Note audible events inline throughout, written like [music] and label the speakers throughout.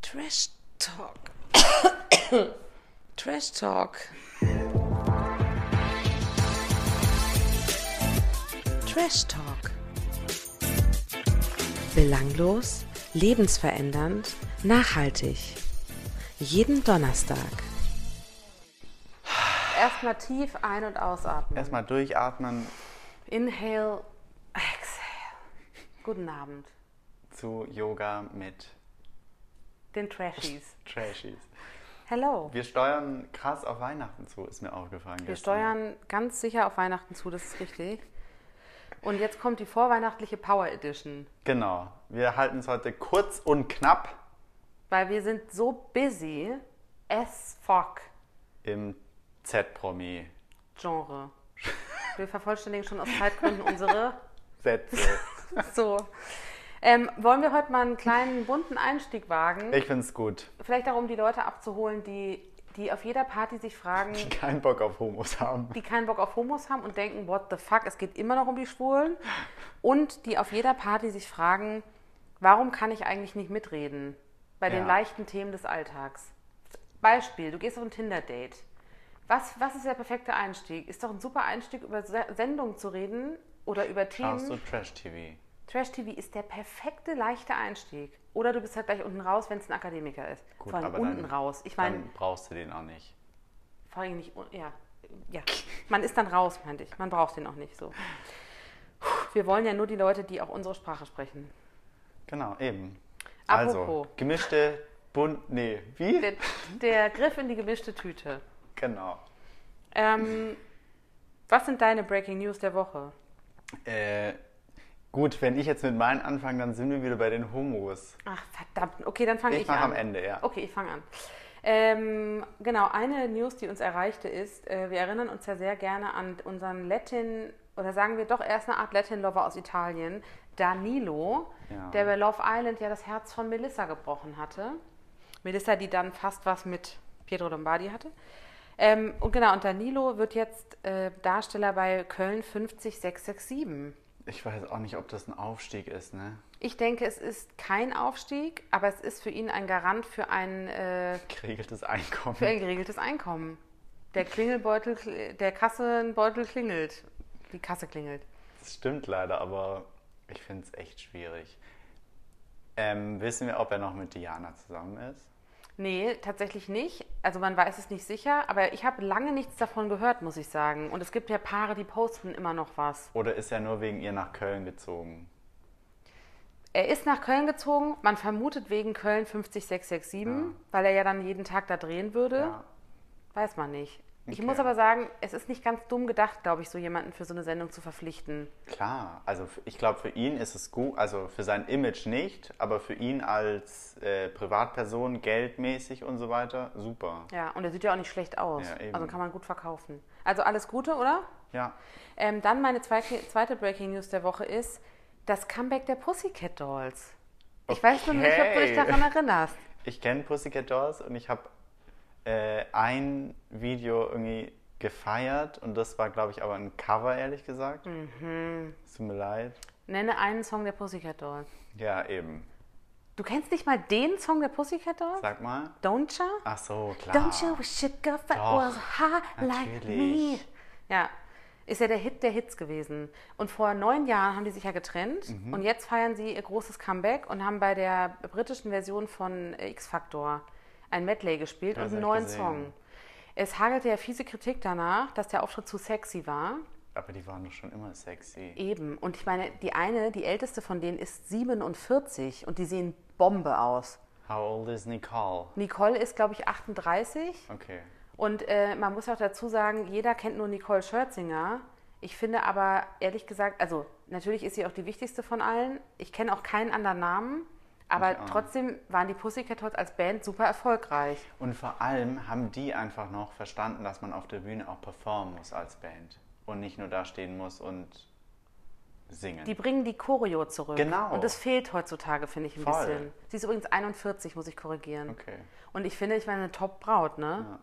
Speaker 1: Trash Talk. Trash Talk. Trash Talk. Belanglos, lebensverändernd, nachhaltig. Jeden Donnerstag.
Speaker 2: Erstmal tief ein- und ausatmen.
Speaker 3: Erstmal durchatmen
Speaker 2: Inhale, exhale. Guten Abend.
Speaker 3: zu Yoga mit
Speaker 2: Den Trashies.
Speaker 3: Trashies.
Speaker 2: Hello.
Speaker 3: Wir steuern krass auf Weihnachten zu, ist mir aufgefallen.
Speaker 2: Wir steuern ganz sicher auf Weihnachten zu, das ist richtig. Und jetzt kommt die vorweihnachtliche Power Edition.
Speaker 3: Genau. Wir halten es heute kurz und knapp
Speaker 2: Weil wir sind so busy as fuck
Speaker 3: im Z-Promi.
Speaker 2: Genre.
Speaker 3: [laughs]
Speaker 2: Wir vervollständigen schon aus Zeitgründen unsere.
Speaker 3: Sätze.
Speaker 2: So. Ähm, wollen wir heute mal einen kleinen bunten Einstieg wagen?
Speaker 3: Ich find's gut.
Speaker 2: Vielleicht auch, um die Leute abzuholen, die, die auf jeder Party sich fragen,
Speaker 3: Die keinen Bock auf Homos haben.
Speaker 2: die keinen Bock auf Homos haben und denken, what the fuck, es geht immer noch um die Schwulen. Und die auf jeder Party sich fragen, warum kann ich eigentlich nicht mitreden bei den
Speaker 3: Ja.
Speaker 2: leichten Themen des Alltags? Beispiel, du gehst auf ein Tinder-Date. Was, was ist der perfekte Einstieg? Ist doch ein super Einstieg, über Se- Sendungen zu reden oder über
Speaker 3: Schaust du
Speaker 2: Themen.
Speaker 3: Trash-TV?
Speaker 2: Trash-TV ist der perfekte, leichte Einstieg. Oder du bist halt gleich unten raus, wenn es ein Akademiker ist. Vor allem unten raus. Ich meine,
Speaker 3: Dann brauchst du den auch nicht.
Speaker 2: vor allem nicht, un- ja, ja. Man ist dann raus, meinte ich. Man braucht den auch nicht so. Wir wollen ja nur die Leute, die auch unsere Sprache sprechen.
Speaker 3: Genau, eben.
Speaker 2: Apropos.
Speaker 3: Also, gemischte, bunt, nee, wie?
Speaker 2: Der, der Griff in die gemischte Tüte.
Speaker 3: Genau.
Speaker 2: Ähm, was sind deine Breaking News der Woche?
Speaker 3: Äh, gut, wenn ich jetzt mit meinen anfange, dann sind wir wieder bei den Homos.
Speaker 2: Ach, verdammt. Okay, dann fange
Speaker 3: Ich
Speaker 2: ich,
Speaker 3: mach
Speaker 2: an.
Speaker 3: am Ende, ja.
Speaker 2: Okay, ich fange an. Ähm, genau, eine News, die uns erreichte, ist, äh, wir erinnern uns ja sehr gerne an unseren Latin, oder sagen wir doch erst eine Art Latin-Lover aus Italien, Danilo,
Speaker 3: Ja.
Speaker 2: der bei Love Island ja das Herz von Melissa gebrochen hatte. Melissa, die dann fast was mit Pietro Lombardi hatte. Ähm, und genau, und Danilo wird jetzt äh, Darsteller bei Köln 50667.
Speaker 3: Ich weiß auch nicht, ob das ein Aufstieg ist, ne?
Speaker 2: Ich denke, es ist kein Aufstieg, aber es ist für ihn ein Garant für ein, äh,
Speaker 3: Geregeltes Einkommen.
Speaker 2: für ein geregeltes Einkommen. Der Klingelbeutel, kl- der Kassenbeutel klingelt. Die Kasse klingelt.
Speaker 3: Das stimmt leider, aber ich finde es echt schwierig. Ähm, wissen wir, ob er noch mit Diana zusammen ist?
Speaker 2: Nee, tatsächlich nicht. Also man weiß es nicht sicher, aber ich habe lange nichts davon gehört, muss ich sagen. Und es gibt ja Paare, die posten immer noch was.
Speaker 3: Oder ist er nur wegen ihr nach Köln gezogen?
Speaker 2: Er ist nach Köln gezogen, man vermutet wegen Köln 50667, weil er ja dann jeden Tag da drehen würde.
Speaker 3: Ja.
Speaker 2: Weiß man nicht. Ich
Speaker 3: Okay.
Speaker 2: muss aber sagen, es ist nicht ganz dumm gedacht, glaube ich, so jemanden für so eine Sendung zu verpflichten.
Speaker 3: Klar, also f- ich glaube, für ihn ist es gut, also für sein Image nicht, aber für ihn als äh, Privatperson, geldmäßig und so weiter, super.
Speaker 2: Ja, und er sieht ja auch nicht schlecht aus.
Speaker 3: Ja, eben.
Speaker 2: also kann man gut verkaufen. Also alles Gute, oder?
Speaker 3: Ja,
Speaker 2: Ähm, dann meine zweite, zweite Breaking News der Woche ist das Comeback der Pussycat Dolls. Ich weiß nur nicht, ob du dich
Speaker 3: Okay.
Speaker 2: daran erinnerst.
Speaker 3: ich kenne Pussycat Dolls und ich habe äh, ein Video irgendwie gefeiert und das war, glaube ich, aber ein Cover, ehrlich gesagt. Mhm. Es tut mir leid.
Speaker 2: Nenne einen Song der Pussycat Dolls.
Speaker 3: Ja, eben.
Speaker 2: Du kennst nicht mal den Song der Pussycat Dolls?
Speaker 3: Sag mal.
Speaker 2: Don't ya?
Speaker 3: Ach so, klar.
Speaker 2: Don't you wish a girlfriend
Speaker 3: Ah. Doch,
Speaker 2: was hot like me?
Speaker 3: natürlich.
Speaker 2: Ja, ist ja der Hit der Hits gewesen. Und vor neun Jahren haben die sich ja getrennt
Speaker 3: Mhm.
Speaker 2: und jetzt feiern sie ihr großes Comeback und haben bei der britischen Version von äh, X Factor ein Medley gespielt
Speaker 3: Ja,
Speaker 2: und
Speaker 3: das
Speaker 2: einen
Speaker 3: hab ich
Speaker 2: neuen
Speaker 3: gesehen.
Speaker 2: Song. Es hagelte ja fiese Kritik danach, dass der Auftritt zu sexy war.
Speaker 3: Aber die waren doch schon immer sexy.
Speaker 2: Eben. Und ich meine, die eine, die älteste von denen ist 47 und die sehen Bombe aus.
Speaker 3: How old is Nicole?
Speaker 2: Nicole ist, glaube ich, 38
Speaker 3: Okay.
Speaker 2: Und äh, man muss auch dazu sagen, jeder kennt nur Nicole Scherzinger. Ich finde aber ehrlich gesagt, also natürlich ist sie auch die wichtigste von allen. Ich kenne auch keinen anderen Namen,
Speaker 3: Ich
Speaker 2: aber
Speaker 3: auch
Speaker 2: trotzdem waren die Pussycat Dolls als Band super erfolgreich.
Speaker 3: Und vor allem haben die einfach noch verstanden, dass man auf der Bühne auch performen muss als Band. Und nicht nur da stehen muss und singen.
Speaker 2: Die bringen die Choreo zurück.
Speaker 3: Genau.
Speaker 2: Und das fehlt heutzutage, finde ich ein
Speaker 3: Voll.
Speaker 2: bisschen. Sie ist übrigens 41, muss ich korrigieren.
Speaker 3: okay.
Speaker 2: Und ich finde, ich meine eine Top-Braut, ne?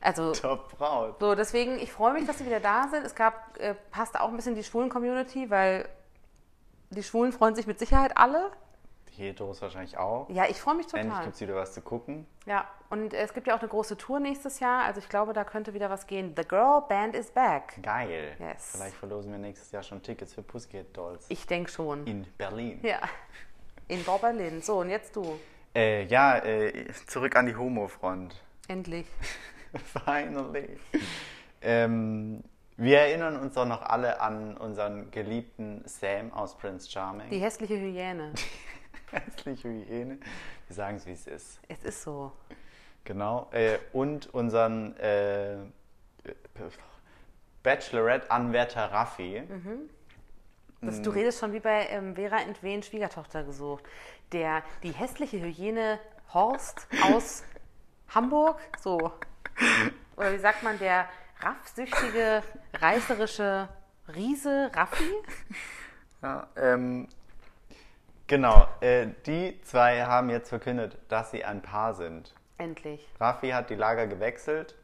Speaker 2: Also
Speaker 3: Top Braut.
Speaker 2: So, deswegen, ich freue mich, dass sie wieder da sind. Es gab, äh, passt auch ein bisschen die Schwulen-Community, weil die Schwulen freuen sich mit Sicherheit alle.
Speaker 3: die Heteros wahrscheinlich auch.
Speaker 2: Ja, ich freue mich
Speaker 3: Endlich
Speaker 2: total.
Speaker 3: gibt es wieder was zu gucken.
Speaker 2: Ja, und es gibt ja auch eine große Tour nächstes Jahr. Also ich glaube, da könnte wieder was gehen. The Girl Band is back.
Speaker 3: Geil.
Speaker 2: Yes.
Speaker 3: Vielleicht verlosen wir nächstes Jahr schon Tickets für Pussycat Dolls
Speaker 2: Ich denke schon.
Speaker 3: in Berlin.
Speaker 2: Ja. In Berlin. So, und jetzt du.
Speaker 3: Äh, ja, äh, zurück an die Homo-Front. [laughs]
Speaker 2: Endlich.
Speaker 3: Finally. ähm, wir erinnern uns doch noch alle an unseren geliebten Sam aus Prince Charming.
Speaker 2: Die hässliche Hyäne.
Speaker 3: [laughs] hässliche Hyäne. Wir sagen es, wie es ist.
Speaker 2: Es ist so.
Speaker 3: Genau. Äh, und unseren äh, Bachelorette-Anwärter Raffi.
Speaker 2: Das,
Speaker 3: Hm.
Speaker 2: du redest schon wie bei ähm, Vera Entwen Schwiegertochter gesucht. Der, die hässliche Hyäne Horst
Speaker 3: [laughs]
Speaker 2: aus Hamburg. So. Oder wie sagt man, der raffsüchtige, reißerische Riese Raffi?
Speaker 3: Ja, ähm, genau. Äh, die zwei haben jetzt verkündet, dass sie ein Paar sind.
Speaker 2: Endlich.
Speaker 3: Raffi hat die Lager gewechselt.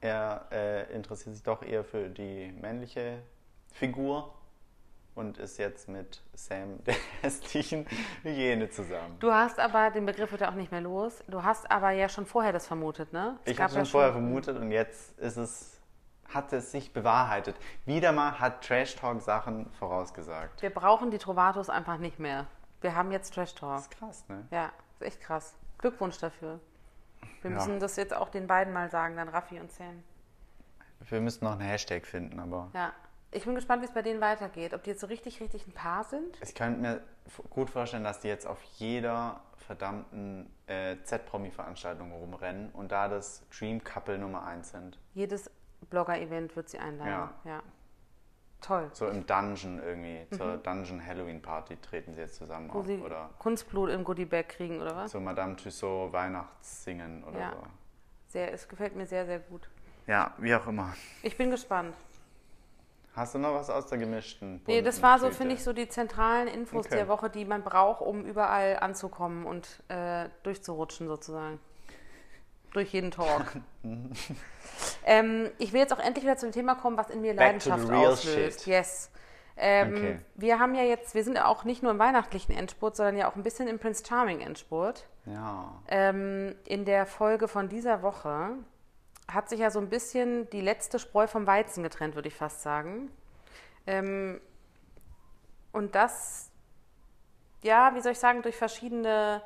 Speaker 3: Er äh, interessiert sich doch eher für die männliche Figur und ist jetzt mit Sam, [laughs] der hässlichen Hyäne, zusammen.
Speaker 2: Du hast aber, den Begriff wird ja auch nicht mehr los, du hast aber ja schon vorher das vermutet, ne? Es
Speaker 3: ich habe
Speaker 2: ja
Speaker 3: schon vorher vermutet und jetzt ist es, hat es sich bewahrheitet. Wieder mal hat Trash Talk Sachen vorausgesagt.
Speaker 2: Wir brauchen die Trovatos einfach nicht mehr. Wir haben jetzt Trash Talk.
Speaker 3: Das ist krass, ne?
Speaker 2: Ja, ist echt krass. Glückwunsch dafür. Wir
Speaker 3: Ja.
Speaker 2: müssen das jetzt auch den beiden mal sagen, dann Raffi und Sam.
Speaker 3: Wir müssen noch einen Hashtag finden, aber
Speaker 2: Ja. Ich bin gespannt, wie es bei denen weitergeht. Ob die jetzt so richtig, richtig ein Paar sind?
Speaker 3: ich könnte mir f- gut vorstellen, dass die jetzt auf jeder verdammten äh, Z-Promi-Veranstaltung rumrennen und da das Dream Couple Nummer 1 sind.
Speaker 2: Jedes Blogger-Event wird sie einladen. Ja. Toll.
Speaker 3: So im Dungeon irgendwie, zur Dungeon Halloween Party treten sie jetzt zusammen
Speaker 2: Mhm. Wo
Speaker 3: auf.
Speaker 2: sie
Speaker 3: Oder
Speaker 2: Kunstblut im Goodiebag kriegen, oder was?
Speaker 3: zu Madame Tussaud Weihnachtssingen oder
Speaker 2: Ja.
Speaker 3: so.
Speaker 2: Sehr, es gefällt mir sehr, sehr gut.
Speaker 3: Ja, wie auch immer.
Speaker 2: Ich bin gespannt.
Speaker 3: Hast du noch was aus der gemischten?
Speaker 2: Nee,
Speaker 3: bunten
Speaker 2: das war so,
Speaker 3: Tüte?
Speaker 2: finde ich, so die zentralen Infos
Speaker 3: Okay.
Speaker 2: der Woche, die man braucht, um überall anzukommen und äh, durchzurutschen sozusagen. Durch jeden
Speaker 3: [laughs]
Speaker 2: Talk. ähm, ich will jetzt auch endlich wieder zum Thema kommen, was in mir
Speaker 3: Back to the
Speaker 2: Leidenschaft
Speaker 3: real
Speaker 2: auslöst.
Speaker 3: shit.
Speaker 2: Yes. Ähm,
Speaker 3: Okay.
Speaker 2: Wir haben ja jetzt, wir sind ja auch nicht nur im weihnachtlichen Endspurt, sondern ja auch ein bisschen im Prince Charming Endspurt.
Speaker 3: Ja.
Speaker 2: Ähm, in der Folge von dieser Woche hat sich ja so ein bisschen die letzte Spreu vom Weizen getrennt, würde ich fast sagen. Ähm, und das, ja, wie soll ich sagen, durch verschiedene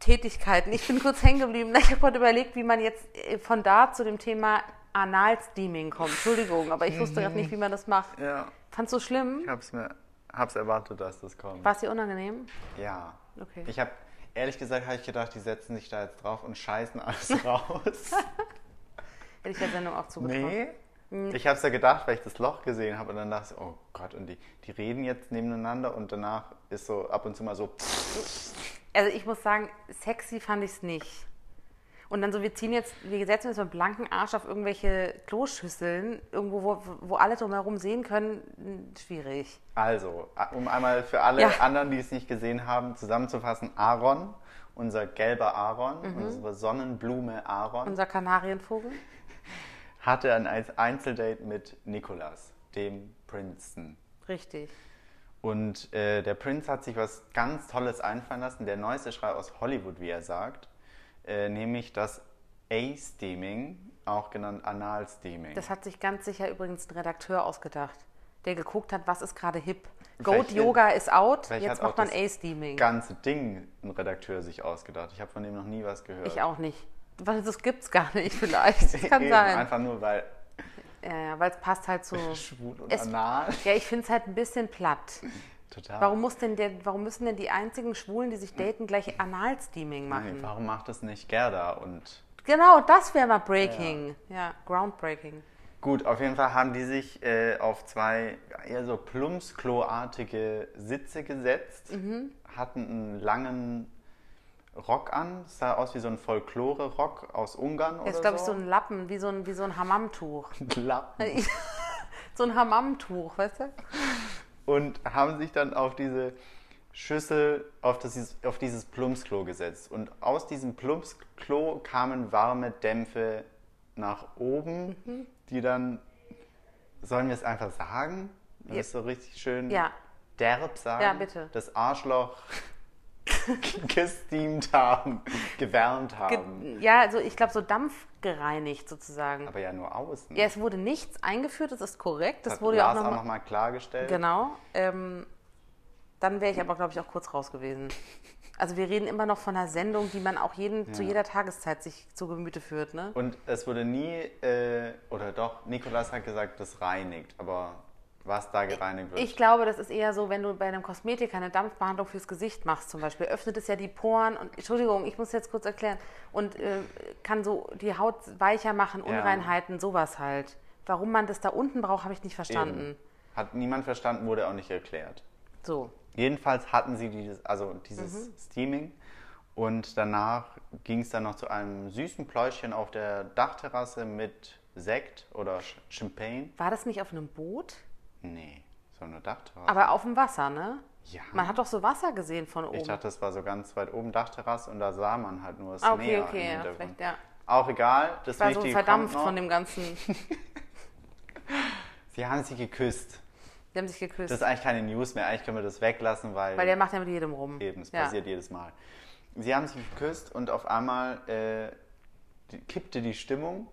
Speaker 2: Tätigkeiten. Ich bin kurz hängen geblieben. Ich habe heute überlegt, wie man jetzt äh, von da zu dem Thema Analsteaming kommt. Entschuldigung, aber ich wusste gerade nicht, wie man das macht.
Speaker 3: Ja,
Speaker 2: Fandst du schlimm?
Speaker 3: ich hab's mir hab's erwartet, dass das kommt.
Speaker 2: War es dir unangenehm?
Speaker 3: Ja.
Speaker 2: Okay.
Speaker 3: Ich habe ehrlich gesagt habe ich gedacht, die setzen sich da jetzt drauf und scheißen alles [laughs] raus.
Speaker 2: Hätte ich der Sendung auch zugetraut.
Speaker 3: nee. Ich habe es ja gedacht, weil ich das Loch gesehen habe und dann dachte ich, oh Gott, und die, die reden jetzt nebeneinander und danach ist so ab und zu mal so
Speaker 2: Also ich muss sagen, sexy fand ich es nicht. Und dann so, wir ziehen jetzt, wir setzen uns mit blanken Arsch auf irgendwelche Kloschüsseln, irgendwo, wo, wo alle drumherum sehen können, hm, schwierig.
Speaker 3: Also, a- um einmal für alle
Speaker 2: Ja.
Speaker 3: anderen, die es nicht gesehen haben, zusammenzufassen, Aaron, unser gelber Aaron, unsere Sonnenblume Aaron,
Speaker 2: Unser Kanarienvogel.
Speaker 3: hatte ein Einz- Einzeldate mit Nikolas, dem Prinzen.
Speaker 2: Richtig.
Speaker 3: Und äh, der Prinz hat sich was ganz Tolles einfallen lassen, der neueste Schrei aus Hollywood, wie er sagt, äh, nämlich das A-Steaming, auch genannt Anal-Steaming.
Speaker 2: Das hat sich ganz sicher übrigens ein Redakteur ausgedacht, der geguckt hat, was ist gerade hip.
Speaker 3: Vielleicht
Speaker 2: Goat Yoga ist out,
Speaker 3: vielleicht
Speaker 2: jetzt
Speaker 3: hat auch
Speaker 2: macht man
Speaker 3: das
Speaker 2: A-Steaming.
Speaker 3: ganze Ding ein Redakteur sich ausgedacht. Ich habe von dem noch nie was gehört.
Speaker 2: Ich auch [laughs] nicht. Was, das gibt's gar nicht vielleicht.
Speaker 3: [laughs]
Speaker 2: Das kann
Speaker 3: Eben,
Speaker 2: sein.
Speaker 3: Einfach nur, weil
Speaker 2: Ja, ja, weil es passt halt so.
Speaker 3: [laughs] Schwul und
Speaker 2: Es-
Speaker 3: anal.
Speaker 2: Ja, ich finde es halt ein bisschen platt.
Speaker 3: Total.
Speaker 2: Warum, muss denn der, warum müssen denn die einzigen Schwulen, die sich daten, gleich Analsteaming
Speaker 3: Nein,
Speaker 2: machen?
Speaker 3: warum macht das nicht Gerda? Und
Speaker 2: Genau, das wäre mal Breaking. Ja. Groundbreaking.
Speaker 3: gut, auf jeden Fall haben die sich äh, auf zwei eher so plumpskloartige Sitze gesetzt,
Speaker 2: Mhm.
Speaker 3: hatten einen langen Rock an, sah aus wie so ein Folklore-Rock aus Ungarn
Speaker 2: Das ist,
Speaker 3: oder
Speaker 2: glaube ich, so ein Lappen, wie so ein, wie so ein Hammamtuch.
Speaker 3: ein [laughs] Lappen.
Speaker 2: so ein Hammamtuch, weißt du?
Speaker 3: Und haben sich dann auf diese Schüssel, auf, das, auf dieses Plumpsklo gesetzt. Und aus diesem Plumpsklo kamen warme Dämpfe nach oben,
Speaker 2: Mhm.
Speaker 3: die dann, sollen wir es einfach sagen? Das
Speaker 2: Ja.
Speaker 3: ist so richtig schön
Speaker 2: Ja.
Speaker 3: derb sagen?
Speaker 2: Ja, bitte.
Speaker 3: Das Arschloch [laughs] gesteamt haben, gewärmt
Speaker 2: Ge
Speaker 3: haben.
Speaker 2: ja, also ich glaube, so dampfgereinigt sozusagen.
Speaker 3: Aber ja nur außen.
Speaker 2: Ja, es wurde nichts eingeführt, das ist korrekt. Das
Speaker 3: Hat
Speaker 2: wurde ja auch
Speaker 3: Lars
Speaker 2: nochmal.
Speaker 3: auch nochmal klargestellt.
Speaker 2: Genau. Ähm, dann wäre ich aber, glaube ich, auch kurz raus gewesen. Also wir reden immer noch von einer Sendung, die man auch jeden, zu jeder Tageszeit sich zu Gemüte führt, ne?
Speaker 3: Und es wurde nie, äh, oder doch, Nikolas hat gesagt, das reinigt. Aber was da gereinigt wird,
Speaker 2: Ich glaube, das ist eher so, wenn du bei einem Kosmetiker eine Dampfbehandlung fürs Gesicht machst zum Beispiel, öffnet es ja die Poren und Entschuldigung, ich muss jetzt kurz erklären und äh, kann so die Haut weicher machen, Unreinheiten, sowas halt. Warum man das da unten braucht, habe ich nicht verstanden.
Speaker 3: eben, hat niemand verstanden, wurde auch nicht erklärt.
Speaker 2: So,
Speaker 3: Jedenfalls hatten sie dieses, also dieses
Speaker 2: Mhm.
Speaker 3: Steaming und danach ging es dann noch zu einem süßen Pläuschchen auf der Dachterrasse mit Sekt oder Sch- Champagne.
Speaker 2: war das nicht auf einem Boot?
Speaker 3: Nee, so eine Dachterrasse.
Speaker 2: Aber auf dem Wasser, ne?
Speaker 3: Ja.
Speaker 2: Man hat doch so Wasser gesehen von oben.
Speaker 3: ich dachte, das war so ganz weit oben Dachterrasse und da sah man halt nur das
Speaker 2: Ah, okay,
Speaker 3: Meer
Speaker 2: okay,
Speaker 3: im
Speaker 2: ja,
Speaker 3: Hintergrund.
Speaker 2: vielleicht, ja.
Speaker 3: Auch egal, das
Speaker 2: Ich war so
Speaker 3: Wichtige
Speaker 2: verdampft
Speaker 3: kommt noch.
Speaker 2: von dem ganzen.
Speaker 3: Sie haben sich geküsst.
Speaker 2: Die haben sich geküsst.
Speaker 3: Das ist eigentlich keine News mehr. Eigentlich können wir das weglassen, weil,
Speaker 2: weil der macht ja mit jedem rum.
Speaker 3: eben, es
Speaker 2: ja.
Speaker 3: passiert jedes Mal. Sie haben sich geküsst und auf einmal äh, die, kippte die Stimmung.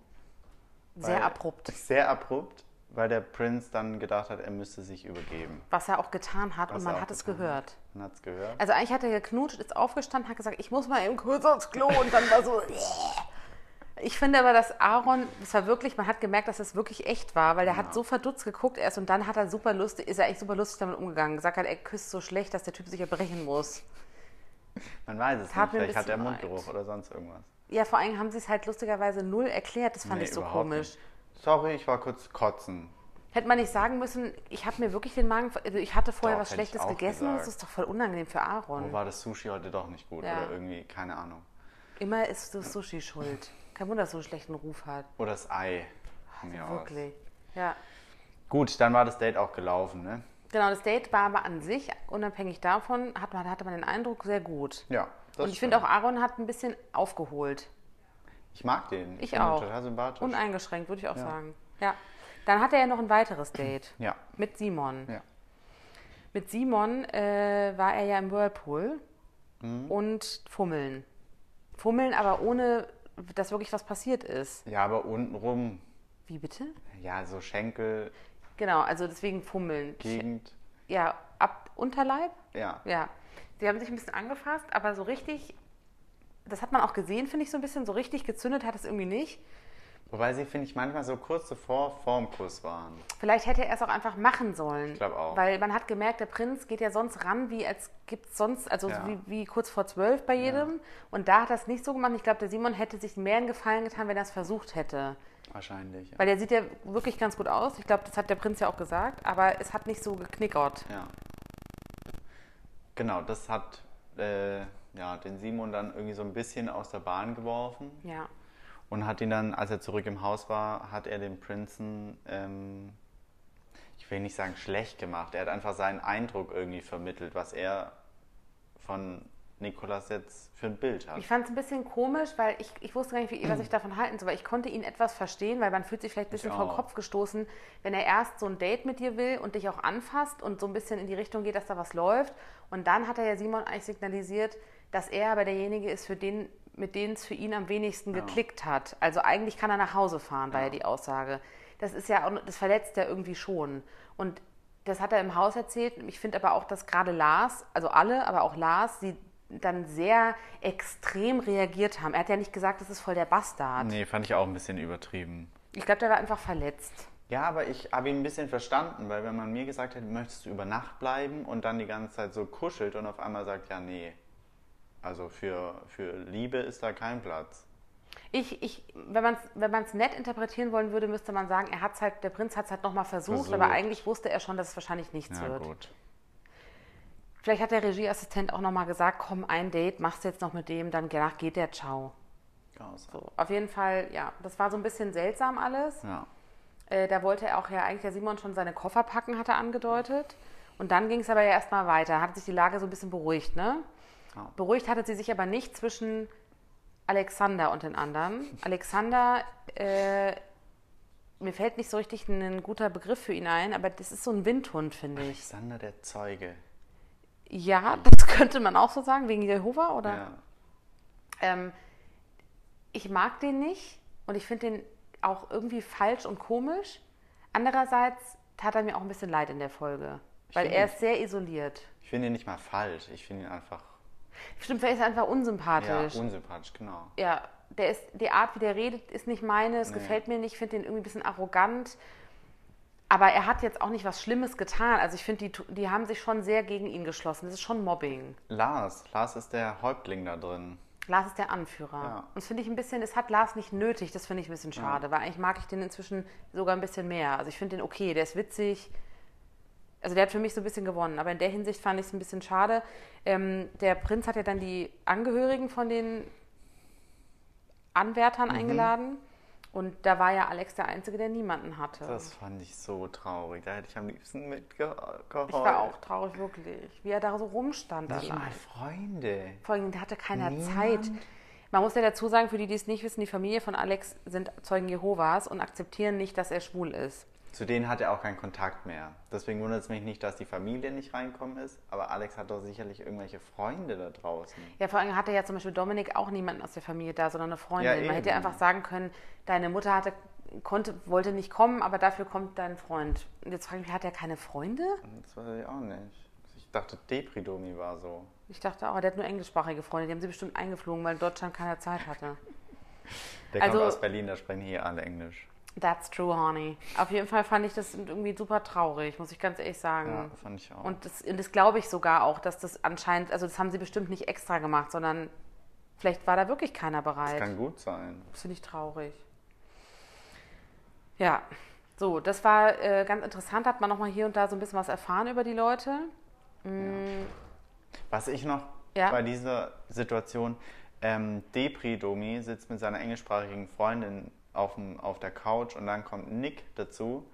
Speaker 2: Sehr
Speaker 3: weil-
Speaker 2: abrupt.
Speaker 3: [laughs] Sehr abrupt, weil der Prinz dann gedacht hat, er müsste sich übergeben.
Speaker 2: Was er auch getan hat und
Speaker 3: Was er
Speaker 2: man
Speaker 3: auch
Speaker 2: hat es
Speaker 3: getan
Speaker 2: gehört.
Speaker 3: Man hat es gehört.
Speaker 2: Also eigentlich hat er geknutscht, ist aufgestanden, hat gesagt, ich muss mal eben kurz aufs Klo und dann war so. [laughs] Ich finde aber, dass Aaron, das war wirklich, man hat gemerkt, dass das wirklich echt war, weil der hat so verdutzt geguckt erst und dann hat er super lustig, ist er echt super lustig damit umgegangen. Gesagt hat, er küsst so schlecht, dass der Typ sich erbrechen muss.
Speaker 3: Man weiß es
Speaker 2: tat
Speaker 3: nicht.
Speaker 2: mir ein
Speaker 3: Vielleicht hat er
Speaker 2: bisschen
Speaker 3: Mundgeruch
Speaker 2: leid.
Speaker 3: oder sonst irgendwas.
Speaker 2: Ja, vor allem haben sie es halt lustigerweise null erklärt, das fand
Speaker 3: Nee,
Speaker 2: ich so
Speaker 3: überhaupt
Speaker 2: komisch.
Speaker 3: Nicht. Sorry, ich war kurz kotzen.
Speaker 2: Hätte man nicht sagen müssen, ich habe mir wirklich den Magen, ver- also ich hatte vorher
Speaker 3: Doch,
Speaker 2: was
Speaker 3: hätte ich
Speaker 2: Schlechtes
Speaker 3: auch
Speaker 2: gegessen, das
Speaker 3: gesagt.
Speaker 2: ist doch voll unangenehm für Aaron.
Speaker 3: Wo war das Sushi heute doch nicht gut?
Speaker 2: Mhm. Ja.
Speaker 3: Oder irgendwie, keine Ahnung.
Speaker 2: Immer ist das Sushi schuld. Kein Wunder, dass so einen schlechten Ruf hat.
Speaker 3: Oder das Ei. Von mir aus.
Speaker 2: Also Wirklich. Ja.
Speaker 3: Gut, dann war das Date auch gelaufen, ne?
Speaker 2: Genau, das Date war aber an sich, unabhängig davon, hat man, hatte man den Eindruck, sehr gut.
Speaker 3: Ja. das
Speaker 2: Und ich
Speaker 3: stimmt.
Speaker 2: finde auch, Aaron hat ein bisschen aufgeholt.
Speaker 3: Ich mag den.
Speaker 2: Ich
Speaker 3: finde ihn
Speaker 2: auch.
Speaker 3: Total sympathisch.
Speaker 2: Uneingeschränkt, würde ich auch sagen. Ja. Dann hatte er noch ein weiteres
Speaker 3: [clears throat]
Speaker 2: Date.
Speaker 3: Ja.
Speaker 2: Mit Simon.
Speaker 3: Ja.
Speaker 2: Mit Simon äh, war er ja im Whirlpool
Speaker 3: Mhm.
Speaker 2: und fummeln. Fummeln, aber ohne, dass wirklich was passiert ist.
Speaker 3: ja, aber untenrum,
Speaker 2: Wie bitte?
Speaker 3: ja, so Schenkel,
Speaker 2: Genau, also deswegen fummeln.
Speaker 3: Gegend,
Speaker 2: Ja, ab Unterleib?
Speaker 3: ja.
Speaker 2: Ja. Sie haben sich ein bisschen angefasst, aber so richtig, das hat man auch gesehen, finde ich so ein bisschen, so richtig gezündet hat es irgendwie nicht.
Speaker 3: Wobei sie, finde ich, manchmal so kurz davor vorm Kuss waren.
Speaker 2: Vielleicht hätte er es auch einfach machen sollen. Ich
Speaker 3: glaub auch.
Speaker 2: Weil man hat gemerkt, der Prinz geht ja sonst ran, wie als gibt sonst, also
Speaker 3: Ja.
Speaker 2: wie, wie kurz vor zwölf bei jedem. Und da hat er es nicht so gemacht. Ich glaube, der Simon hätte sich mehr einen Gefallen getan, wenn er es versucht hätte.
Speaker 3: Wahrscheinlich. Ja.
Speaker 2: Weil der sieht ja wirklich ganz gut aus. Ich glaube, das hat der Prinz ja auch gesagt, aber es hat nicht so geknickert.
Speaker 3: ja. Genau, das hat äh, ja, den Simon dann irgendwie so ein bisschen aus der Bahn geworfen
Speaker 2: Ja.
Speaker 3: und hat ihn dann, als er zurück im Haus war, hat er den Prinzen, ähm, ich will nicht sagen schlecht gemacht, er hat einfach seinen Eindruck irgendwie vermittelt, was er von Nikolas jetzt für ein Bild hat.
Speaker 2: Ich fand es ein bisschen komisch, weil ich, ich wusste gar nicht, wie, was ich davon halten soll. weil Ich konnte ihn etwas verstehen, weil man fühlt sich vielleicht ein bisschen vor den
Speaker 3: auch.
Speaker 2: Kopf gestoßen, wenn er erst so ein Date mit dir will und dich auch anfasst und so ein bisschen in die Richtung geht, dass da was läuft. Und dann hat er ja Simon eigentlich signalisiert, dass er aber derjenige ist, für den, mit dem es für ihn am wenigsten geklickt hat. Also eigentlich kann er nach Hause fahren, war ja, die Aussage. Das ist ja, auch- das verletzt er irgendwie schon. Und das hat er im Haus erzählt. Ich finde aber auch, dass gerade Lars, also alle, aber auch Lars, sie dann sehr extrem reagiert haben. Er hat ja nicht gesagt, das ist voll der Bastard.
Speaker 3: Nee, fand ich auch ein bisschen übertrieben.
Speaker 2: Ich glaube, der war einfach verletzt.
Speaker 3: Ja, aber ich habe ihn ein bisschen verstanden, weil wenn man mir gesagt hätte, möchtest du über Nacht bleiben und dann die ganze Zeit so kuschelt und auf einmal sagt, ja, nee. Also für, für Liebe ist da kein Platz.
Speaker 2: Ich, ich, wenn man es wenn man's nett interpretieren wollen würde, müsste man sagen, er hat's halt, der Prinz hat es halt nochmal versucht,
Speaker 3: Versucht.
Speaker 2: aber eigentlich wusste er schon, dass es wahrscheinlich nichts
Speaker 3: Ja,
Speaker 2: wird.
Speaker 3: gut.
Speaker 2: Vielleicht hat der Regieassistent auch nochmal gesagt, komm, ein Date, machst du jetzt noch mit dem, dann danach geht der, ciao.
Speaker 3: Raus.
Speaker 2: So, auf jeden Fall, ja, das war so ein bisschen seltsam alles.
Speaker 3: Ja.
Speaker 2: Äh, da wollte er auch ja eigentlich der Simon schon seine Koffer packen, hat er angedeutet. Und dann ging es aber ja erstmal weiter, hat sich die Lage so ein bisschen beruhigt, ne?
Speaker 3: Ja.
Speaker 2: Beruhigt hatte sie sich aber nicht zwischen Alexander und den anderen. Alexander äh, mir fällt nicht so richtig ein guter Begriff für ihn ein, aber das ist so ein Windhund, finde ich.
Speaker 3: Alexander der Zeuge.
Speaker 2: Ja, das [laughs] könnte man auch so sagen, wegen Jehova, oder?
Speaker 3: Ja.
Speaker 2: Ähm, ich mag den nicht und ich finde den auch irgendwie falsch und komisch. Andererseits tat er mir auch ein bisschen leid in der Folge, weil
Speaker 3: find
Speaker 2: er
Speaker 3: ihn-
Speaker 2: ist sehr isoliert.
Speaker 3: Ich finde ihn nicht mal falsch. Ich finde ihn einfach
Speaker 2: Stimmt, er ist einfach
Speaker 3: ja,
Speaker 2: unsympathisch. Ja,
Speaker 3: unsympathisch, genau.
Speaker 2: der ist, die Art, wie der redet, ist nicht meine, es
Speaker 3: Nee.
Speaker 2: gefällt mir nicht, finde den irgendwie ein bisschen arrogant. Aber er hat jetzt auch nicht was Schlimmes getan. Also ich finde, die, tu- die haben sich schon sehr gegen ihn geschlossen. Das ist schon Mobbing.
Speaker 3: Lars. Lars ist der Häuptling da drin.
Speaker 2: Lars ist der Anführer.
Speaker 3: Ja.
Speaker 2: Und das finde ich ein bisschen, das hat Lars nicht nötig, das finde ich ein bisschen schade, weil eigentlich mag ich den inzwischen sogar ein bisschen mehr. Also ich finde den okay, der ist witzig. Also der hat für mich so ein bisschen gewonnen, aber in der Hinsicht fand ich es ein bisschen schade. Ähm, der Prinz hat ja dann die Angehörigen von den Anwärtern
Speaker 3: Mhm.
Speaker 2: eingeladen und da war ja Alex der Einzige, der niemanden hatte.
Speaker 3: Das fand ich so traurig. Da hätte ich am liebsten
Speaker 2: ich
Speaker 3: mitgeheult.
Speaker 2: war auch traurig, wirklich, wie er da so rumstand.
Speaker 3: Nicht
Speaker 2: allein.
Speaker 3: mal Freunde.
Speaker 2: Vor allem, der hatte keiner
Speaker 3: Niemand?
Speaker 2: Zeit. Man muss ja dazu sagen, für die, die es nicht wissen, die Familie von Alex sind Zeugen Jehovas und akzeptieren nicht, dass er schwul ist.
Speaker 3: Zu denen hat er auch keinen Kontakt mehr. Deswegen wundert es mich nicht, dass die Familie nicht reinkommen ist. Aber Alex hat doch sicherlich irgendwelche Freunde da draußen.
Speaker 2: Ja, vor allem hatte ja zum Beispiel Dominik auch niemanden aus der Familie da, sondern eine
Speaker 3: Ja,
Speaker 2: Freundin.
Speaker 3: eben.
Speaker 2: Man hätte ja einfach sagen können, deine Mutter hatte, konnte, wollte nicht kommen, aber dafür kommt dein Freund. Und jetzt frage ich mich, hat er keine Freunde?
Speaker 3: Das weiß ich auch nicht. Ich dachte, Depridomi war so.
Speaker 2: Ich dachte, oh, der hat nur englischsprachige Freunde, die haben sie bestimmt eingeflogen, weil Deutschland keine Zeit
Speaker 3: [laughs]
Speaker 2: hatte.
Speaker 3: Der
Speaker 2: Also-
Speaker 3: kommt aus Berlin, da sprechen hier alle Englisch.
Speaker 2: That's true, honey. Auf jeden Fall fand ich das irgendwie super traurig, muss ich ganz ehrlich sagen.
Speaker 3: Ja, fand ich auch.
Speaker 2: Und das, und das glaube ich sogar auch, dass das anscheinend, also das haben sie bestimmt nicht extra gemacht, sondern vielleicht war da wirklich keiner bereit.
Speaker 3: Kann gut sein.
Speaker 2: Das finde ich traurig. Ja, so, das war äh, ganz interessant, hat man nochmal hier und da so ein bisschen was erfahren über die Leute.
Speaker 3: Was ich noch
Speaker 2: Ja.
Speaker 3: bei dieser Situation, ähm, Depri Domi sitzt mit seiner englischsprachigen Freundin auf, dem, auf der Couch und dann kommt Nick dazu.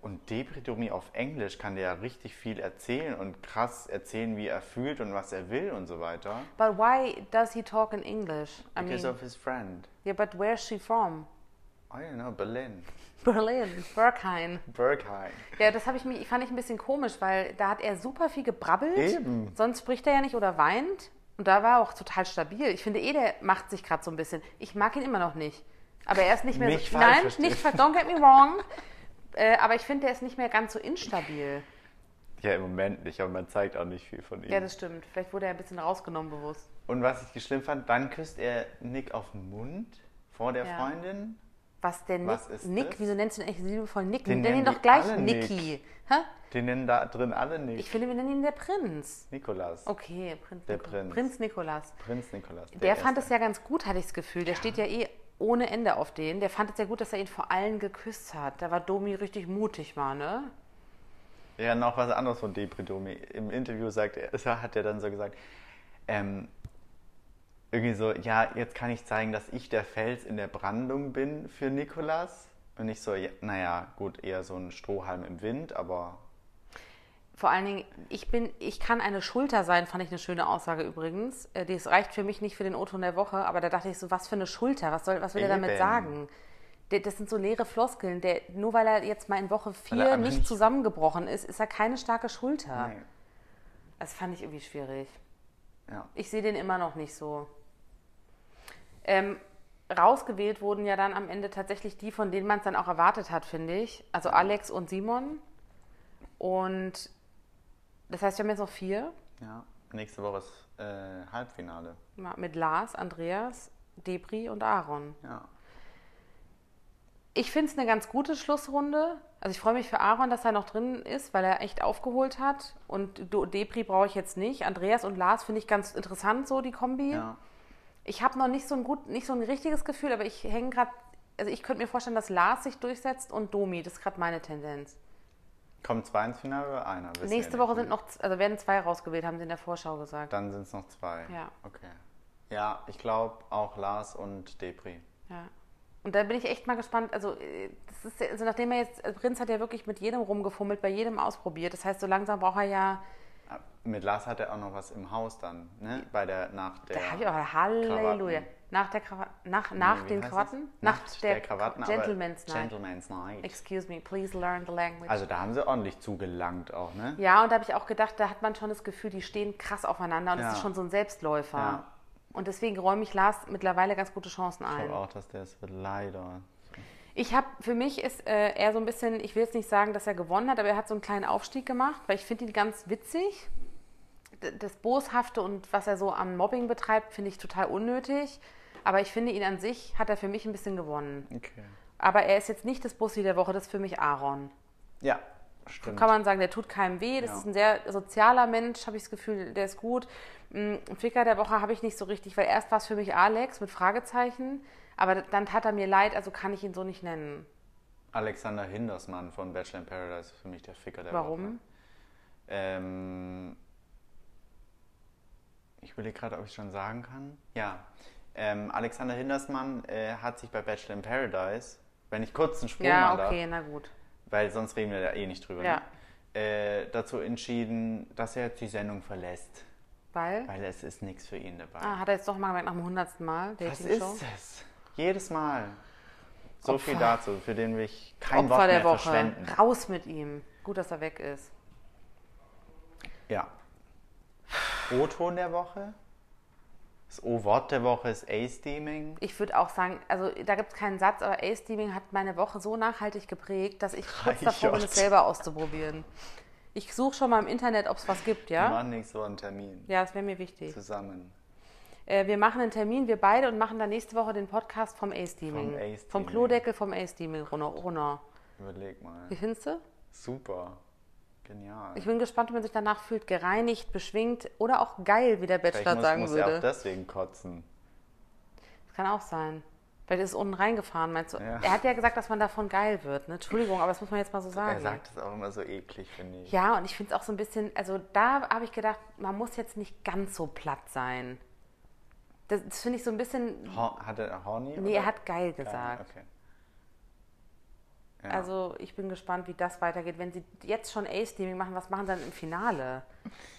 Speaker 3: Und Depri Domi auf Englisch kann der ja richtig viel erzählen und krass erzählen, wie er fühlt und was er will und so weiter.
Speaker 2: But why does he talk in English? I
Speaker 3: Because
Speaker 2: mean,
Speaker 3: of his friend.
Speaker 2: yeah, but where's she from? [laughs]
Speaker 3: I don't know, Berlin.
Speaker 2: Berlin, Berghain.
Speaker 3: Bergheim.
Speaker 2: Ja, das habe ich mich, fand ich ein bisschen komisch, weil da hat er super viel gebrabbelt.
Speaker 3: Eben.
Speaker 2: Sonst spricht er ja nicht oder weint. Und da war er auch total stabil. Ich finde eh, der macht sich gerade so ein bisschen. Ich mag ihn immer noch nicht. Aber er ist nicht mehr so.
Speaker 3: Nicht falsch
Speaker 2: Nein,
Speaker 3: verstehen.
Speaker 2: nicht falsch. Don't get me wrong. [laughs] Äh, aber ich finde, der ist nicht mehr ganz so instabil.
Speaker 3: Ja, im Moment nicht, aber man zeigt auch nicht viel von ihm.
Speaker 2: Ja, das stimmt. Vielleicht wurde er ein bisschen rausgenommen bewusst.
Speaker 3: und was ich schlimm fand, dann küsst er Nick auf den Mund vor der
Speaker 2: Ja.
Speaker 3: Freundin.
Speaker 2: Was der Nick,
Speaker 3: Was ist
Speaker 2: Nick
Speaker 3: das?
Speaker 2: wieso nennst du ihn eigentlich liebevoll Nick?
Speaker 3: Den
Speaker 2: Nenn ihn
Speaker 3: nennen
Speaker 2: doch
Speaker 3: die
Speaker 2: gleich
Speaker 3: alle Nick.
Speaker 2: Nicky. Hä?
Speaker 3: Die nennen da drin alle Nick.
Speaker 2: Ich finde, wir nennen ihn der Prinz.
Speaker 3: Nikolas.
Speaker 2: Okay, Prinz
Speaker 3: Der
Speaker 2: Nico-
Speaker 3: Prinz.
Speaker 2: Prinz Nikolas.
Speaker 3: Prinz Nikolas.
Speaker 2: Der fand es ja ganz gut, hatte ich das Gefühl. Der steht ja eh ohne Ende auf den. Der fand es ja gut, dass er ihn vor allen geküsst hat. Da war Domi richtig mutig mal, ne?
Speaker 3: Ja, noch was anderes von Depridomi. Im Interview sagt er, hat er dann so gesagt, ähm, irgendwie so, ja, jetzt kann ich zeigen, dass ich der Fels in der Brandung bin für Nikolas. Und ich so, ja, naja, gut, eher so ein Strohhalm im Wind, aber
Speaker 2: Vor allen Dingen, ich bin, ich kann eine Schulter sein, fand ich eine schöne Aussage übrigens. Äh, Das reicht für mich nicht für den O-Ton der Woche, aber da dachte ich so, was für eine Schulter, was, soll, was will er damit
Speaker 3: Eben.
Speaker 2: sagen? Der- Das sind so leere Floskeln. Der, nur weil er jetzt mal in Woche
Speaker 3: Weil er
Speaker 2: vier
Speaker 3: einfach
Speaker 2: nicht
Speaker 3: nicht-
Speaker 2: zusammengebrochen ist, ist er keine starke Schulter.
Speaker 3: nee.
Speaker 2: Das fand ich irgendwie schwierig.
Speaker 3: ja.
Speaker 2: Ich sehe den immer noch nicht so. Ähm, rausgewählt wurden ja dann am Ende tatsächlich die, von denen man es dann auch erwartet hat, finde ich. Also Alex und Simon. Und das heißt, wir haben jetzt noch vier.
Speaker 3: ja. Nächste Woche ist äh, Halbfinale.
Speaker 2: Mal Mit Lars, Andreas, Debri und Aaron.
Speaker 3: Ja.
Speaker 2: Ich finde es eine ganz gute Schlussrunde. Also ich freue mich für Aaron, dass er noch drin ist, weil er echt aufgeholt hat. Und Do- Debri brauche ich jetzt nicht. Andreas und Lars finde ich ganz interessant, so die Kombi.
Speaker 3: ja.
Speaker 2: Ich habe noch nicht so ein gut, nicht so ein richtiges Gefühl, aber ich hänge gerade. Also ich könnte mir vorstellen, dass Lars sich durchsetzt und Domi. Das ist gerade meine Tendenz.
Speaker 3: Kommen zwei ins Finale oder einer? Wissen wir
Speaker 2: Nächste
Speaker 3: nicht,
Speaker 2: Woche
Speaker 3: ne?
Speaker 2: sind noch, z- also werden zwei rausgewählt, haben sie in der Vorschau gesagt.
Speaker 3: Dann sind es noch zwei.
Speaker 2: Ja.
Speaker 3: Okay. Ja, ich glaube auch Lars und Depri.
Speaker 2: Ja. Und da bin ich echt mal gespannt. Also, äh, das ist, ja- also nachdem er jetzt, also Prinz hat ja wirklich mit jedem rumgefummelt, bei jedem ausprobiert. Das heißt, so langsam braucht er ja
Speaker 3: Mit Lars hat er auch noch was im Haus dann, ne? Bei der Nacht der.
Speaker 2: Da habe ich auch Halleluja.
Speaker 3: Krawatten.
Speaker 2: Nach der Krawatten, nach, nach
Speaker 3: wie
Speaker 2: den
Speaker 3: heißt
Speaker 2: Krawatten?
Speaker 3: es? Nacht der, Krawatten. aber
Speaker 2: Gentleman's Night.
Speaker 3: Gentleman's Night.
Speaker 2: Excuse me, please learn the language.
Speaker 3: Also da haben sie ordentlich zugelangt auch, ne?
Speaker 2: ja, und da habe ich auch gedacht, da hat man schon das Gefühl, die stehen krass aufeinander und es
Speaker 3: Ja.
Speaker 2: ist schon so ein Selbstläufer.
Speaker 3: Ja.
Speaker 2: Und deswegen räume ich Lars mittlerweile ganz gute Chancen
Speaker 3: Ich
Speaker 2: ein.
Speaker 3: glaube auch, dass der es wird leider.
Speaker 2: Ich habe, für mich ist äh, er so ein bisschen, ich will jetzt nicht sagen, dass er gewonnen hat, aber er hat so einen kleinen Aufstieg gemacht, weil ich finde ihn ganz witzig. D- Das Boshafte und was er so am Mobbing betreibt, finde ich total unnötig. Aber ich finde ihn an sich, hat er für mich ein bisschen gewonnen.
Speaker 3: Okay.
Speaker 2: Aber er ist jetzt nicht das Bussi der Woche, das ist für mich Aaron.
Speaker 3: Ja, stimmt.
Speaker 2: Kann man sagen, der tut keinem weh, das
Speaker 3: Ja.
Speaker 2: ist ein sehr sozialer Mensch, habe ich das Gefühl, der ist gut. Mm, Ficker der Woche habe ich nicht so richtig, weil erst war es für mich Alex mit Fragezeichen, aber dann tat er mir leid, also kann ich ihn so nicht nennen.
Speaker 3: Alexander Hindersmann von Bachelor in Paradise ist für mich der Ficker der Woche.
Speaker 2: Warum?
Speaker 3: Ähm, ich überlege gerade, ob ich schon sagen kann. Ja. Ähm, Alexander Hindersmann äh, hat sich bei Bachelor in Paradise, wenn ich kurz einen Sprung
Speaker 2: Ja,
Speaker 3: machen
Speaker 2: okay,
Speaker 3: darf,
Speaker 2: na gut.
Speaker 3: weil sonst reden wir da eh nicht drüber,
Speaker 2: Ja.
Speaker 3: ne? äh, dazu entschieden, dass er jetzt die Sendung verlässt,
Speaker 2: Weil,
Speaker 3: weil es ist nichts für ihn dabei.
Speaker 2: ah, hat er jetzt doch mal gemeint nach dem hundertsten Mal,
Speaker 3: Was
Speaker 2: Dating Show.
Speaker 3: ist das? Jedes Mal. So viel
Speaker 2: Opfer.
Speaker 3: dazu, für den will ich kein
Speaker 2: Opfer
Speaker 3: Wort mehr
Speaker 2: der Woche.
Speaker 3: verschwenden.
Speaker 2: Raus mit ihm. Gut, dass er weg ist.
Speaker 3: Ja. O-Ton der Woche. Das O-Wort der Woche ist A-Steaming.
Speaker 2: Ich würde auch sagen, also da gibt es keinen Satz, aber Ace-Steaming hat meine Woche so nachhaltig geprägt,
Speaker 3: [laughs]
Speaker 2: dass ich kurz davor bin,
Speaker 3: Reichert.
Speaker 2: es selber auszuprobieren. Ich suche schon mal im Internet, ob es was gibt,
Speaker 3: Wir
Speaker 2: ja?
Speaker 3: machen nicht so einen Termin.
Speaker 2: Ja, das wäre mir wichtig.
Speaker 3: Zusammen.
Speaker 2: Äh, wir machen einen Termin, wir beide, und machen dann nächste Woche den Podcast vom
Speaker 3: Vom
Speaker 2: Ace-Steaming.
Speaker 3: Ace-Steaming.
Speaker 2: Vom Klodeckel vom Ace-Steaming, runter, runter.
Speaker 3: Überleg mal.
Speaker 2: Wie findest du?
Speaker 3: Super. Genial.
Speaker 2: Ich bin gespannt, ob man sich danach fühlt. Gereinigt, beschwingt oder auch geil, wie der
Speaker 3: Vielleicht
Speaker 2: Bachelor
Speaker 3: muss,
Speaker 2: sagen
Speaker 3: muss
Speaker 2: würde.
Speaker 3: er auch deswegen kotzen.
Speaker 2: Kann auch sein. Vielleicht ist es unten reingefahren, meinst du?
Speaker 3: Ja.
Speaker 2: Er hat ja gesagt, dass man davon geil wird. Ne? Entschuldigung, aber das muss man jetzt mal so sagen.
Speaker 3: Er sagt es auch immer so eklig, finde ich.
Speaker 2: Ja, und ich finde es auch so ein bisschen, also da habe ich gedacht, man muss jetzt nicht ganz so platt sein. Das, das finde ich so ein bisschen.
Speaker 3: Hor- Hat er Horny?
Speaker 2: Nee,
Speaker 3: oder?
Speaker 2: er hat geil
Speaker 3: Keine-
Speaker 2: gesagt.
Speaker 3: Okay. Ja.
Speaker 2: Also ich bin gespannt, wie das weitergeht. Wenn sie jetzt schon Ace-Steaming machen, was machen sie dann im Finale?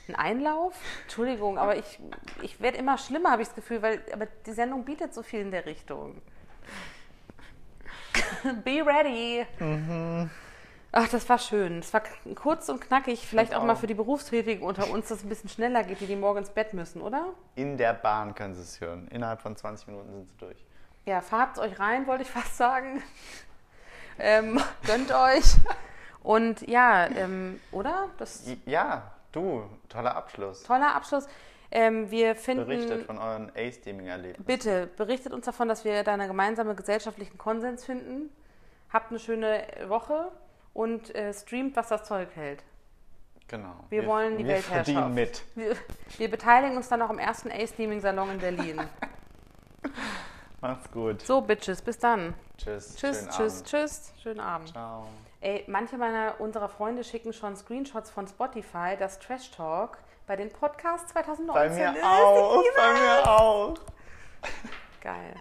Speaker 2: Ein Einlauf? Entschuldigung, aber ich, ich werde immer schlimmer, habe ich das Gefühl, weil aber die Sendung bietet so viel in der Richtung. [laughs] Be ready! Ach, das war schön. Das war k- kurz und knackig. Vielleicht auch,
Speaker 3: Fand
Speaker 2: mal
Speaker 3: auch.
Speaker 2: für die Berufstätigen unter uns, dass es ein bisschen schneller geht, die, die morgen ins Bett müssen, oder?
Speaker 3: In der Bahn können sie es hören. Innerhalb von 20 Minuten sind sie durch.
Speaker 2: Ja, fahrt's euch rein, wollte ich [laughs] fast sagen. Ähm, gönnt euch. Und ja, ähm, oder? Das ist ein
Speaker 3: I- Ja, du, toller Abschluss.
Speaker 2: toller Abschluss. Ähm, wir finden.
Speaker 3: Berichtet von euren A-Steaming-Erlebnissen.
Speaker 2: bitte, berichtet uns davon, dass wir da einen gemeinsamen gesellschaftlichen Konsens finden. Habt eine schöne Woche und äh, streamt, was das Zeug hält.
Speaker 3: Genau.
Speaker 2: Wir, wollen die
Speaker 3: wir
Speaker 2: Weltherrschaft.
Speaker 3: verdienen mit.
Speaker 2: Wir, wir beteiligen uns dann auch am ersten Ace-Steaming-Salon in Berlin.
Speaker 3: Macht's gut.
Speaker 2: so, Bitches, bis dann.
Speaker 3: Tschüss.
Speaker 2: Tschüss,
Speaker 3: Schönen
Speaker 2: tschüss,
Speaker 3: Abend.
Speaker 2: tschüss. Schönen Abend.
Speaker 3: Ciao.
Speaker 2: Ey, manche meiner unserer Freunde schicken schon Screenshots von Spotify, dass Trash Talk bei den Podcasts
Speaker 3: Bei
Speaker 2: 2019
Speaker 3: mir
Speaker 2: ist.
Speaker 3: auch. Bei mir auch.
Speaker 2: Geil.